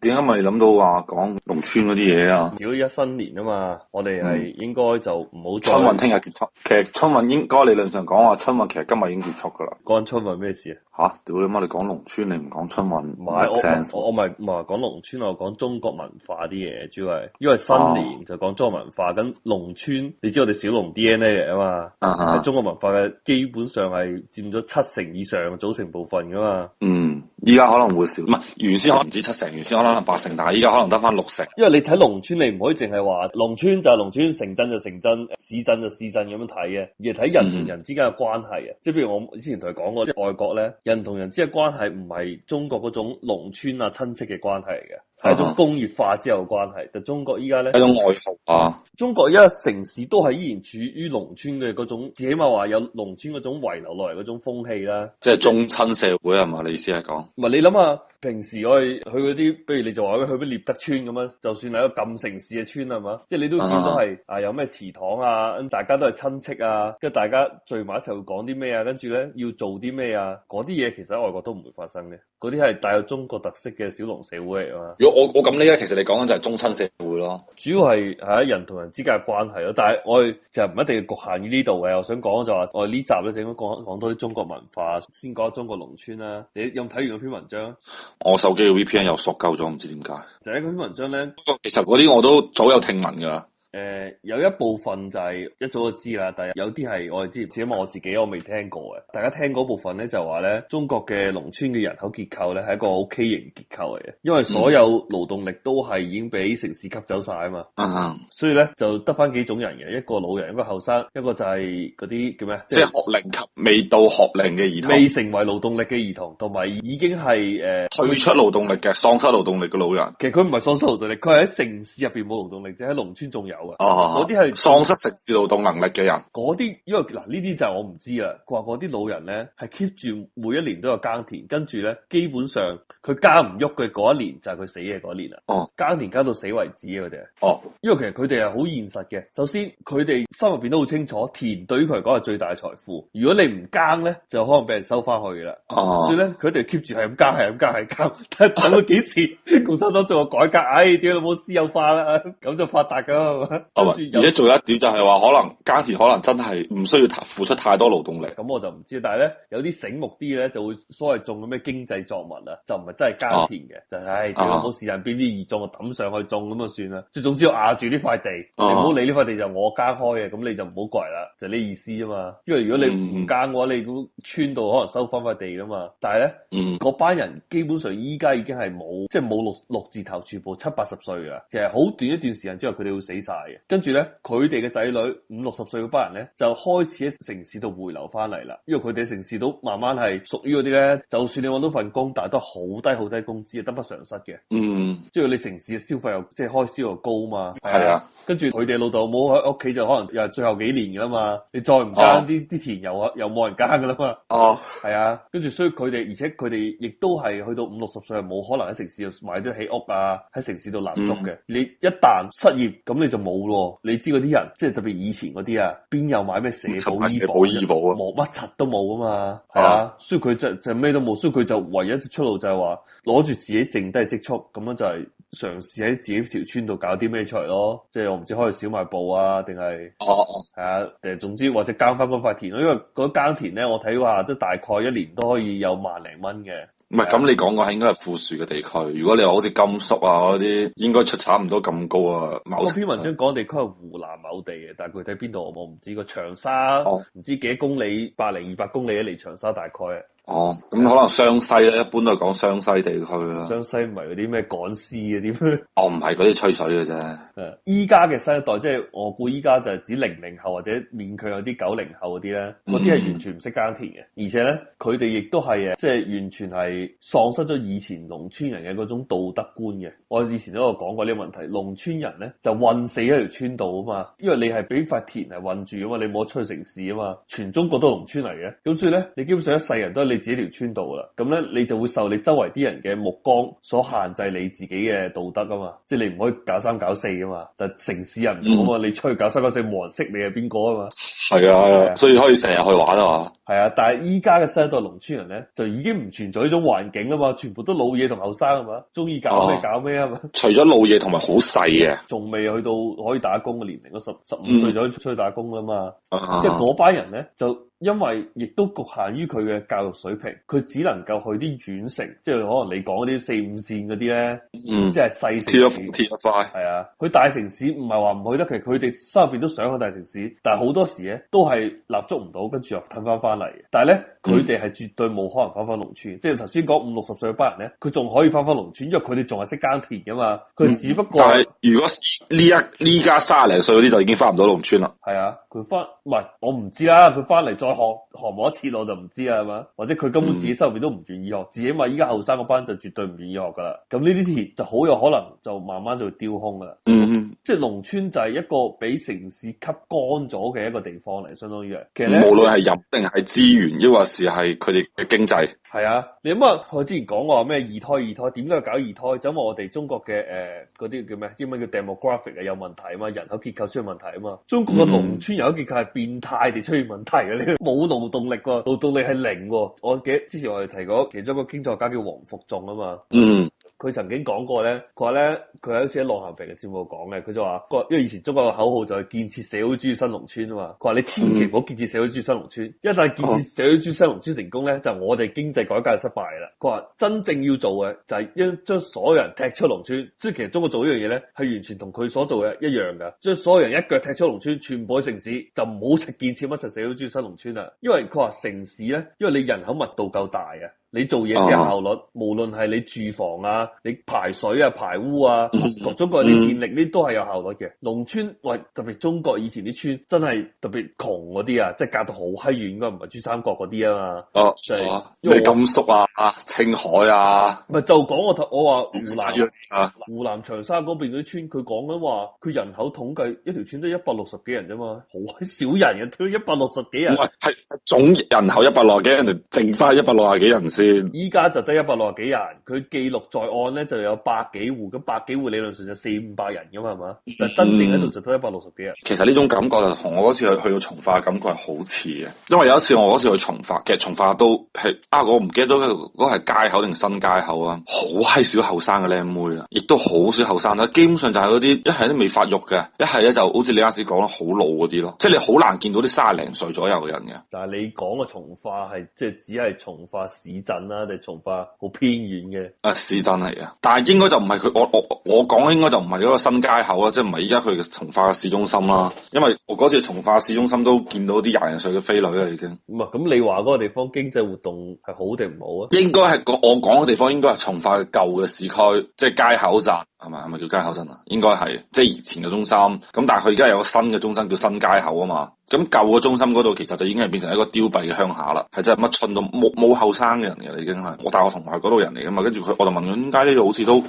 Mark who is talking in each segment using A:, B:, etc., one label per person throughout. A: 點解咪諗到話講農村嗰啲嘢啊？
B: 如果一新年啊嘛，我哋係應該就唔好
A: 嗯春運
B: 再
A: 聽日結束，其實春運應該理論上講話春運其實今日已經結束㗎啦。
B: 干春運咩事啊？
A: 吓、屌你媽！你講農村，你唔講春運，唔
B: 唔係
A: make sense
B: 我我我咪唔係話講農村，我講中國文化啲嘢，主要係因為新
A: 哦
B: 年就講中國文化，咁農村你知我哋小農 DNA 嚟啊嘛，
A: 啊哈
B: 係中國文化嘅基本上係佔咗七成以上嘅組成部分噶嘛。
A: 嗯，依家可能會少，唔係原先可能唔止七成，原先可能八成，但係依家可能得翻六成。
B: 因為你睇農村，你唔可以淨係話農村就係農村，城鎮就城鎮，市鎮就市鎮咁樣睇嘅，而係睇人同人之間嘅關係嘅。即係譬如我之前同你講過，即係外國咧，人同人之間嘅關係唔係中國嗰種農村啊親戚嘅關係嚟嘅。係一種工業化之後嘅關係，但中國依家咧
A: 一，種愛好啊，
B: 中國依家城市都係依然處於農村嘅嗰種，至起碼話有農村嗰種遺留落嚟嗰種風氣啦。
A: 即係中親社會啊係嘛？你意思係講？
B: 唔係你諗下，平時我哋去嗰啲，比如你就話去乜獵德村咁樣，就算係一個咁城市嘅村係啊嘛，即係你都見到係啊有咩祠堂啊，咁大家都係親戚啊，跟住大家聚埋一齊會講啲咩啊，跟住咧要做啲咩啊，嗰啲嘢其實喺外國都唔會發生嘅，嗰啲係帶有中國特色嘅小農社會嚟啊嘛，
A: 如果我我咁理解，其實你講緊就係中親社會咯。
B: 主要係係人同人之間嘅關係咯，但係我哋就唔一定要局限於呢度嘅，我想講就話我哋呢集咧就應該講講多啲中國文化，先講中國農村啦，你有冇睇完嗰篇文章？
A: 我手機嘅 VPN 又索鳩咗，唔知點解。
B: 就係嗰篇文章咧。
A: 不過其實嗰啲我都早有聽聞㗎啦。
B: 誒、有一部分就係一早就知啦，但係有啲係我哋之前，因為我自己我未聽過嘅。大家聽嗰部分咧就話咧，中國嘅農村嘅人口結構咧係一個好畸形結構嚟嘅，因為所有勞動力都係已經俾城市吸走晒啊嘛，
A: 嗯哼，
B: 所以咧就得翻幾種人嘅，一個老人，一個後生，一個就係嗰啲叫咩，
A: 即係學齡及未到學齡嘅兒童，
B: 未成為勞動力嘅兒童，同埋已經係誒。
A: 退出勞動力嘅、喪失勞動力嘅老人。
B: 其實佢唔係喪失勞動力，佢係喺城市入邊冇勞動力啫，喺農村仲有啊。
A: 哦
B: 嗰啲係
A: 喪失城市勞動能力嘅人。
B: 嗰啲，因為嗱呢啲就係我唔知啦。佢話嗰啲老人咧係 keep 住每一年都有耕田，跟住咧基本上佢耕唔喐嘅嗰一年就係佢死嘅嗰一年啦。
A: 哦，
B: 耕田耕到死為止啊！佢哋係，
A: 哦，
B: 因為其實佢哋係好現實嘅。首先佢哋心入邊都好清楚，田對於佢嚟講係最大嘅財富。如果你唔耕咧，就可能俾人收翻去㗎啦。
A: 哦，
B: 所以咧，佢哋 keep 住係咁加，係咁加，係咁加，但 係等到幾時共產黨做個改革？唉、屌你冇私有化啦，咁就發達噶啦，係嘛
A: 啊唔係
B: 跟住
A: 而
B: 有
A: 且仲有一點就係話，可能耕田可能真係唔需要太付出太多勞動力。
B: 咁我就唔知，但係咧有啲醒目啲咧就會所謂種嘅咩經濟作物啊，就唔係真係耕田嘅，就係唉屌你
A: 啊
B: 冇是但邊啲易種就抌上去種咁就啊算啦。即係總之我壓住呢塊地，
A: 啊
B: 你唔好理呢塊地就我耕開嘅，咁你就唔好過嚟啦，就呢意思啊嘛。因為如果你唔
A: 嗯
B: 耕嘅話，你咁村度可能收翻塊地噶嘛，但係咧。
A: 嗯，
B: 嗰班人基本上依家已經係冇，即係冇六六字頭，全部七八十歲噶。其實好短一段時間之後，佢哋會死晒嘅。跟住咧，佢哋嘅仔女五六十歲嗰班人咧，就開始喺城市度回流翻嚟啦。因為佢哋喺城市都慢慢係屬於嗰啲咧，就算你揾到份工，但係都係好低好低工資，得不償失嘅。
A: 嗯，
B: 即係你城市嘅消費又即係開銷又高嘛，
A: 係啊。
B: 跟住佢哋老豆冇喺屋企就可能又係最後幾年噶啦嘛，你再唔耕
A: 哦
B: 啲啲田又又冇人耕噶啦嘛。
A: 哦，
B: 係啊，跟住所以佢哋，而且佢哋亦都係去到五六十歲係冇可能喺城市度買得起屋啊，喺城市度立足
A: 嗯
B: 嘅。你一旦失業，咁你就冇咯。你知嗰啲人，即係特別以前嗰啲啊，邊有買咩社保
A: 買
B: 醫
A: 社
B: 保
A: 保醫保啊
B: 冇乜柒都冇啊嘛。係啊，所以佢就就咩都冇，所以佢就唯一嘅出路就係話攞住自己剩低嘅積蓄，咁樣就係嘗試喺自己條村度搞啲咩出嚟咯。即係我唔知開小賣部啊，定係。
A: 哦，哦，
B: 係啊，誒，總之或者耕翻嗰塊田咯，因為嗰耕田咧，我睇話都大概一年都可以有萬零蚊嘅。
A: 唔係咁，啊你講嘅係應該係富庶嘅地區。如果你話好似甘肅啊嗰啲，應該出產唔到咁高啊。某
B: 嗰篇文章講地區係湖南某地嘅，但係具體邊度我唔知。個長沙唔、
A: 哦
B: 知幾多公里，百零二百公里離長沙大概。
A: 哦，咁可能湘西咧，一般都係講湘西地區啦。
B: 湘西唔係嗰啲咩趕屍嗰啲咩。
A: 哦，唔係嗰啲吹水嘅啫。
B: 誒依家嘅新一代，即係我估依家就係指零零後或者勉強有啲九零後嗰啲咧，嗰啲係
A: 嗯
B: 完全唔識耕田嘅，而且咧佢哋亦都係誒，即係完全係喪失咗以前農村人嘅嗰種道德觀嘅。我以前都有講過呢個問題，農村人咧就困死喺條村度啊嘛，因為你係俾塊田係困住啊嘛，你冇得出去城市啊嘛，全中國都係農村嚟嘅，咁所以咧你基本上一世人都喺你自己條村度啦，咁咧你就會受你周圍啲人嘅目光所限制你自己嘅道德啊嘛，即係你唔可以搞三搞四啊嘛，但係城市人唔同啊嘛，你出去搞三搞四冇人識你係邊個啊嘛。
A: 係
B: 係啊
A: 啊，所以可以成日去玩啊嘛。
B: 係啊，但係依家嘅新一代農村人咧，就已經唔存在呢種環境啊嘛，全部都老嘢同後生啊嘛，中意搞咩
A: 哦
B: 搞咩啊嘛，
A: 除咗老嘢同埋好細嘅，
B: 仲未去到可以打工嘅年齡，嗰十十
A: 嗯
B: 五歲就可以出去打工啦嘛。
A: 啊
B: 即係嗰班人咧，就因為亦都局限於佢嘅教育水平，佢只能夠去啲縣城，即係可能你講嗰啲四五線嗰啲咧，
A: 嗯
B: 即係細
A: ，T
B: 城
A: F
B: 市。
A: T F I，
B: 係啊，去大城市唔係話唔去得，其實佢哋心入邊都想去大城市，但係好多時咧都係立足唔到，跟住又褪翻翻嚟。但係咧，
A: 嗯
B: 佢哋係絕對冇可能翻翻農村，即係頭先講五六十歲嗰班人咧，佢仲可以翻翻農村，因為佢哋仲係識耕田噶嘛，佢只不
A: 嗯
B: 過
A: 但係如果呢一呢家卅零歲嗰啲就已經翻唔到農村啦。
B: 係啊，佢翻唔係我唔知啦，佢翻嚟再學學冇一次我就唔知啊啦，係嘛？或者佢根本
A: 嗯
B: 自己心入邊都唔願意學，自己嘛依家後生嗰班就絕對唔願意學噶啦。咁呢啲田就好有可能就慢慢就會丟空噶啦。
A: 嗯，
B: 即係農村就係一個俾城市吸乾咗嘅一個地方嚟，相當於係其實咧
A: 無論係人定係資源，抑或是係佢哋嘅經濟，
B: 係啊，你諗下我之前講過話咩二胎二胎，點解要搞二胎？就因為我哋中國嘅誒嗰啲叫咩英文叫 demographic 啊有問題啊嘛，人口結構出現問題啊嘛。中國嘅農村人口結構係變態地出現問題嘅，你冇勞動力喎，勞動力係零喎。我記得之前我哋提過其中一個經濟學家叫黃復仲啊嘛。
A: 嗯，
B: 佢曾經講過咧，佢話咧，佢喺好似喺浪行平嘅節目講嘅，佢就話，佢話因為以前中國嘅口號就係建設社會主義新農村啊嘛，佢話你千祈唔好建設社會主義新農村，一旦建設社會主義新農村成功咧，就我哋經濟改革就失敗啦。佢話真正要做嘅就係將將所有人踢出農村，所以其實中國做呢樣嘢咧係完全同佢所做嘅一樣噶，將所有人一腳踢出農村，全部去城市，就唔好食建設乜柒社會主義新農村啦，因為佢話城市咧，因為你人口密度夠大啊。你做嘢先有效率，無論係你住房啊、你排水啊、排污啊，各種各樣啲電力呢都係有效率嘅。農村喂，特別中國以前啲村真係特別窮嗰啲啊，即係隔到好閪遠噶，唔係珠三角嗰啲啊嘛。
A: 哦
B: 就係，
A: 啊
B: 因為
A: 咩
B: 我
A: 甘肅啊、青海啊、
B: 咪就講我頭我話湖
A: 陝西
B: 南
A: 嗰啲啊，
B: 湖南長沙嗰邊嗰啲村，佢講緊話佢人口統計一條村都一百六十幾人啫嘛，好閪少人嘅，都一百六十幾人
A: 唔。係啊係總人口一百六十幾人，就剩翻一百六十幾人先。
B: 依家就得一百六十幾人，佢記錄在案咧就有百幾戶，咁百幾戶理論上就四五百人噶嘛，係嘛？但真正喺度就得一百六十幾人。
A: 其實呢種感覺就同我嗰次去去到從化嘅感覺係好似嘅，因為有一次我嗰次去從化，其實從化都係啊，我唔記得咗嗰個係街口定新街口啊，好閪少後生嘅靚妹啊，亦都好少後生啦，基本上就係嗰啲一係都未發育嘅，一係咧就好似你啱先講啦，好老嗰啲咯，即係你好難見到啲卅零歲左右嘅人嘅。
B: 但係你講嘅從化係即係只係從化市鎮啦，定係從化好偏遠嘅？
A: 啊，市鎮嚟嘅，但係應該就唔係佢，我我我講應該就唔係嗰個新街口啦，啊即係唔係依家佢嘅從化嘅市中心啦，因為我嗰次從化市中心都見到啲廿零歲嘅飛女啦已經。
B: 唔係咁，你話嗰個地方經濟活動係好定唔好啊？
A: 應該係個我講嘅地方，應該係從化嘅舊嘅市區，即係街口站，係咪？係咪叫街口鎮啊？應該係，即係以前嘅中心。咁但係佢而家有個新嘅中心叫新街口啊嘛。咁舊嘅中心嗰度其實就已經係變成一個凋敝嘅鄉下啦，係真係乜春到冇冇後生嘅人嘅啦，已經係。我但係我同學係嗰度人嚟噶嘛，跟住佢我就問佢點解呢度好似都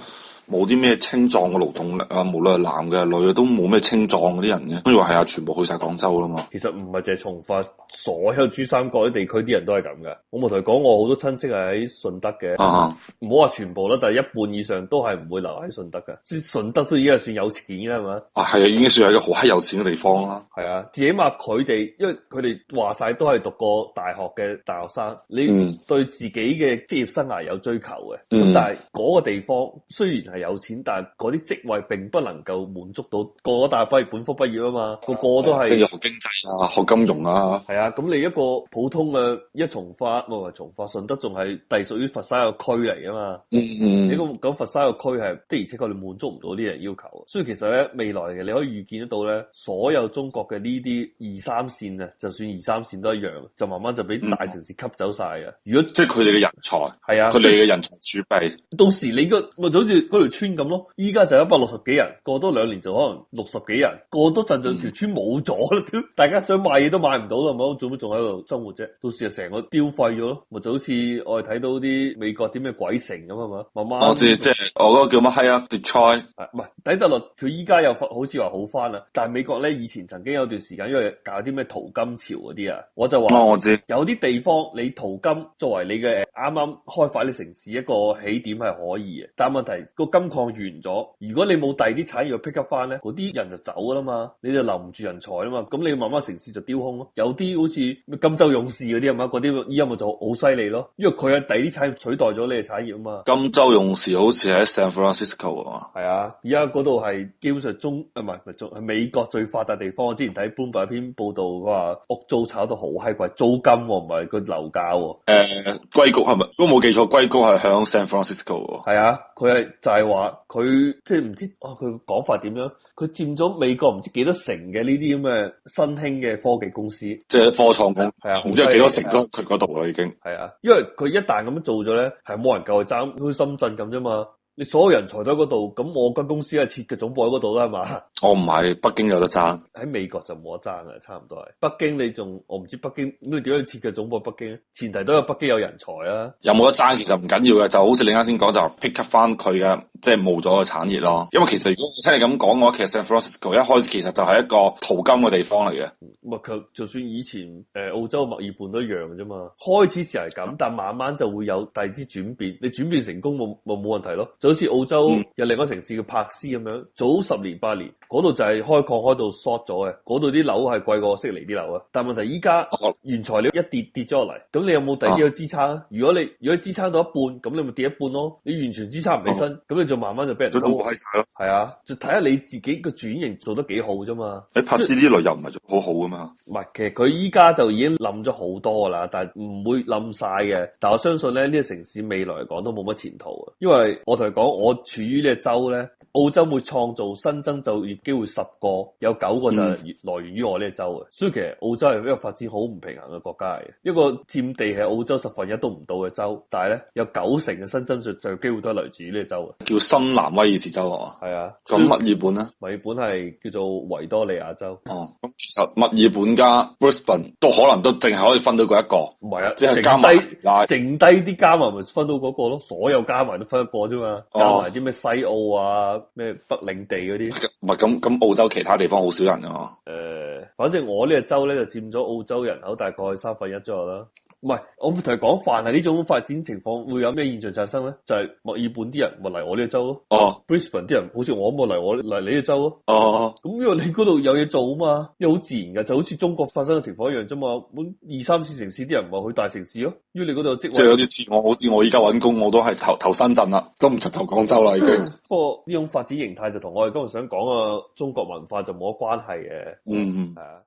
A: 冇啲咩青壯嘅勞動力啊，無論係男嘅女嘅啊都冇咩青壯嗰啲人嘅。跟住話係啊，全部去晒廣州啦嘛。
B: 其實唔係淨係從化，所有珠三角啲地區啲人都係咁嘅。我冇同你講，我好多親戚係喺順德嘅。
A: 啊啊！
B: 唔好話全部啦，但係一半以上都係唔會留喺順德嘅。即係順德都已經係算有錢啦，係嘛？
A: 啊係啊，已經算係一個好閪有錢嘅地方啦。
B: 係啊，至起碼佢哋，因為佢哋話晒都係讀過大學嘅大學生，你
A: 嗯
B: 對自己嘅職業生涯有追求嘅。咁、
A: 嗯
B: 但係嗰個地方雖然係有錢，但係嗰啲職位並不能夠滿足到個個大學畢業本科畢業啊嘛，個個都係
A: 跟住學經濟啊，學金融啊。
B: 係啊，咁你一個普通嘅一從化，唔係唔係從化，順德仲係隸屬於佛山個區嚟啊嘛。
A: 嗯
B: 你
A: 嗯，
B: 咁咁佛山個區係的而且確你滿足唔到呢啲人要求，啊所以其實咧未來嘅你可以預見得到咧，所有中國嘅呢啲二三線啊，就算二三線都一樣，就慢慢就俾大城市吸走晒嘅。如果
A: 即係佢哋嘅人才，佢
B: 係啊，
A: 哋嘅人才儲備，
B: 到時你個咪就好似嗰條村咁咯，依家就一百六十幾人，過多兩年就可能六十幾人，過多陣就
A: 嗯
B: 條村冇咗啦，屌 大家想買嘢都買唔到啦，係咪？做乜仲喺度生活啫？到時就成個tiêu廢咗咯，咪就好似我哋睇到啲美國啲咩鬼城咁係嘛，慢慢
A: 我知哦即係我嗰個叫乜閪啊，Detroit，
B: 啊，唔係底特律，佢依家又發好似話好翻啦。但係美國咧，以前曾經有段時間，因為搞啲咩淘金潮嗰啲啊，我就話
A: 哦我知，
B: 有啲地方你淘金作為你嘅啱啱開發啲城市一個起點係可以嘅，但係問題個金礦完咗，如果你冇第二啲產業 pick up 翻咧，嗰啲人就走噶啦嘛，你就留唔住人才啊嘛，咁你慢慢城市就丟空咯。有啲好似咩金州勇士嗰啲啊嘛，嗰啲依家咪就好犀利咯，因為佢喺第二啲產業取代咗你嘅產業啊嘛。
A: 金州勇士好似喺 San Francisco 啊嘛，
B: 係啊，而家嗰度係基本上中啊，唔係唔係中，係美國最發達地方。我之前睇 Bloomberg 一篇報道，佢話屋租炒到好閪貴，租金喎、唔係個樓價喎、
A: 誒、硅谷係咪？如果冇記錯，硅谷係響 San Francisco 喎。
B: 係啊，佢係就係話佢即係唔知啊，佢講法點樣？佢佔咗美國唔知幾多成嘅呢啲咁嘅新興嘅科技公司，
A: 即係科創工，
B: 係啊，
A: 唔知有幾多成
B: 好犀利
A: 都喺佢嗰度啦已經。
B: 係啊，因為佢一旦咁樣做咗咧，係冇人夠去爭，好似深圳咁啫嘛。你所有人才都喺嗰度，咁我間公司係設嘅總部喺嗰度啦，係嘛？
A: 我唔係北京有得爭，
B: 喺美國就冇得爭啦，差唔多係。北京你仲我唔知北京咁你點樣設計總部喺北京？前提都有北京有人才啊。
A: 有冇得爭其實唔緊要嘅，就好似你啱先講就 pick up 翻佢嘅即係冇咗嘅產業咯。因為其實如果我聽你咁講嘅話，其實 San Francisco 一開始其實就係一個淘金嘅地方嚟嘅。
B: 咁啊，佢就算以前誒、呃澳洲墨爾本都一樣嘅啫嘛。開始時係
A: 啊
B: 咁，但慢慢就會有第二啲轉變。你轉變成功冇冇冇問題咯？就好似澳洲
A: 嗯
B: 有另一個城市嘅珀斯咁樣，早十年八年嗰度就係開礦開到 short 咗嘅，嗰度啲樓係貴過悉尼啲樓啊。但問題依家
A: 哦
B: 原材料一跌跌咗落嚟，咁你有冇第二啲去支撐啊？如果你如果支撐到一半，咁你咪跌一半咯。你完全支撐唔起
A: 啊
B: 身，咁你就慢慢就俾人偷。
A: 閪晒咯！
B: 係啊，就睇下你自己個轉型做得幾好啫嘛。
A: 你拍斯呢類又唔係好好噶嘛？
B: 唔係，其實佢依家就已經冧咗好多啦，但係唔會冧晒嘅。但我相信咧，呢、個城市未來嚟講都冇乜前途啊。因為我同你講，我處於呢個州咧，澳洲會創造新增就業機會十個，有九個就係來源於我呢個州嘅。所以其實澳洲係一個發展好唔平衡嘅國家嚟嘅，一個佔地係澳洲十分一都唔到嘅州，但係咧有九成嘅新增就就業機會都係來自於呢個州
A: 叫新南威爾士州啊嘛。
B: 嘅。係啊，
A: 咁墨爾本咧？
B: 墨爾本係叫做維多利亞州，
A: 哦，咁其實墨爾本加 Brisbane 都可能都淨係可以分到嗰一個，
B: 唔係啊，
A: 即係
B: 剩
A: 加埋
B: 低剩低啲加埋咪分到嗰個咯，所有加埋都分一個啫嘛，加
A: 哦
B: 埋啲咩西澳啊、咩北領地 嗰啲，
A: 唔係咁咁澳洲其他地方好少人啊嘛。
B: 诶、反正我呢個州咧就佔咗澳洲人口大概三分一左右啦。唔係，我同你講，凡係呢種發展情況，會有咩現象產生咧？就係墨爾本啲人咪嚟我呢個州咯
A: 哦
B: ，Brisbane 啲人好似我咁咪嚟我嚟你呢個州咯。
A: 哦，
B: 咁因為你嗰度有嘢做啊嘛，又好自然嘅，就好似中國發生嘅情況一樣啫嘛。咁二三線城市啲人咪去大城市咯，因為你嗰度有職
A: 即係
B: 位
A: 有。啲似我，好似我依家揾工我都係投投深圳啦，都唔出投廣州啦已經。
B: 不過呢種發展形態就同我哋今日想講嘅中國文化就冇乜關係嘅，
A: 嗯。
B: 係啊。